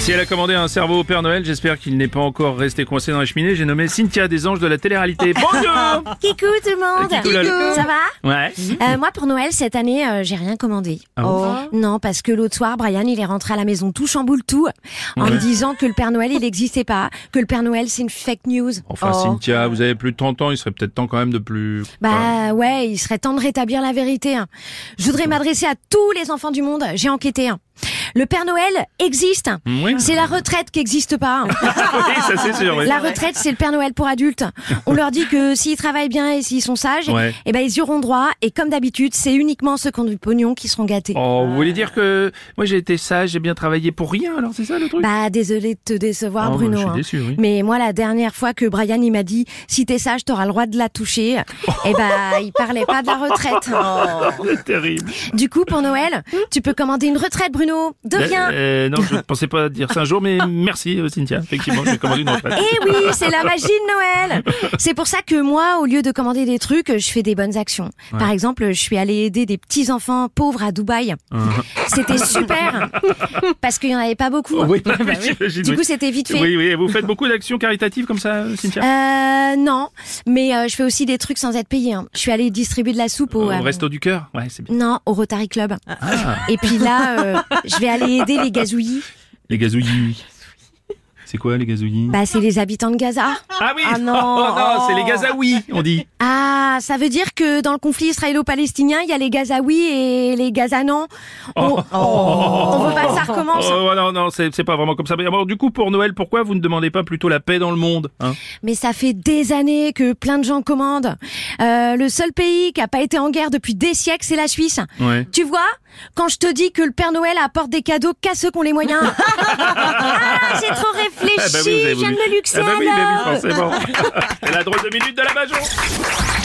Si elle a commandé un cerveau au Père Noël, j'espère qu'il n'est pas encore resté coincé dans la cheminée. J'ai nommé Cynthia des Anges de la télé-réalité. Bonjour Kikou tout le monde Euh, Kikou, Kikou. lol. Ça va Ouais. Euh, Moi pour Noël cette année euh, j'ai rien commandé. Oh. Ah bon Non parce que l'autre soir Brian il est rentré à la maison tout chamboule tout en me disant que le Père Noël il n'existait pas, que le Père Noël c'est une fake news. Oh. Enfin, Cynthia, vous avez plus de 30 ans, il serait peut-être temps quand même de plus... Bah ouais, il serait temps de rétablir la vérité. hein. Je voudrais m'adresser à tous les enfants du monde, j'ai enquêté. hein. Le Père Noël existe. Oui. C'est la retraite qui n'existe pas. hein. oui, ça c'est sûr. oui. La retraite, c'est le Père Noël pour adultes. On leur dit que s'ils travaillent bien et s'ils sont sages, Ouais. eh ben ils y auront droit. Et comme d'habitude, c'est uniquement ceux qui ont du pognon qui seront gâtés. Oh, vous voulez dire que moi j'ai été sage, j'ai bien travaillé pour rien, alors c'est ça le truc Bah désolé de te décevoir, Oh, Bruno. je suis hein. déçu, oui. Mais moi, la dernière fois que Brian il m'a dit si t'es sage, t'auras le droit de la toucher. eh ben, il parlait pas de la retraite. Oh. C'est terrible. Du coup, pour Noël, tu peux commander une retraite, Bruno. De rien. Euh, euh, non, je ne pensais pas dire ça un jour, mais merci euh, Cynthia. Effectivement, j'ai commandé une retraite. Eh oui, c'est la magie de Noël. C'est pour ça que moi, au lieu de commander des trucs, je fais des bonnes actions. Par exemple, je suis allée aider des petits enfants pauvres à Dubaï. C'était super parce qu'il y en avait pas beaucoup. Bah Oh, oui, j'imagine, Du oui. coup, c'était vite fait. Oui, oui, et vous faites beaucoup d'actions caritatives comme ça, euh, Cynthia Euh, non, mais euh, je fais aussi des trucs sans être payée. hein. Je suis allée distribuer de la soupe au, Au euh, resto du cœur Ouais, c'est bien. Ah. non, au Rotary Club. Et puis là, euh, je vais aller aider les gazouillis. Les gazouillis. Ah C'est quoi les gazouillis Bah, c'est les habitants de Gaza. Ah oui Ah non. non, c'est les Gazaouis, on dit. Ah, ça veut dire que dans le conflit israélo-palestinien, il y a les Gazaouis et les Gazanans. On, on veut pas que ça recommence. Oh, ouais, non, non, c'est c'est pas vraiment comme ça. Mais alors, du coup, pour Noël, pourquoi vous ne demandez pas plutôt la paix dans le monde hein Mais ça fait des années que plein de gens commandent. Euh, le seul pays qui a pas été en guerre depuis des siècles, c'est la Suisse. Ouais. Tu vois, quand je te dis que le Père Noël apporte des cadeaux qu'à ceux qui ont les moyens. ah, j'ai trop réfléchi, Ah bah oui, Eh ben vous avez je viens voulu. de me luxer Ah bah oui, bah oui, alors. forcément. la drôle de minute de la Bajon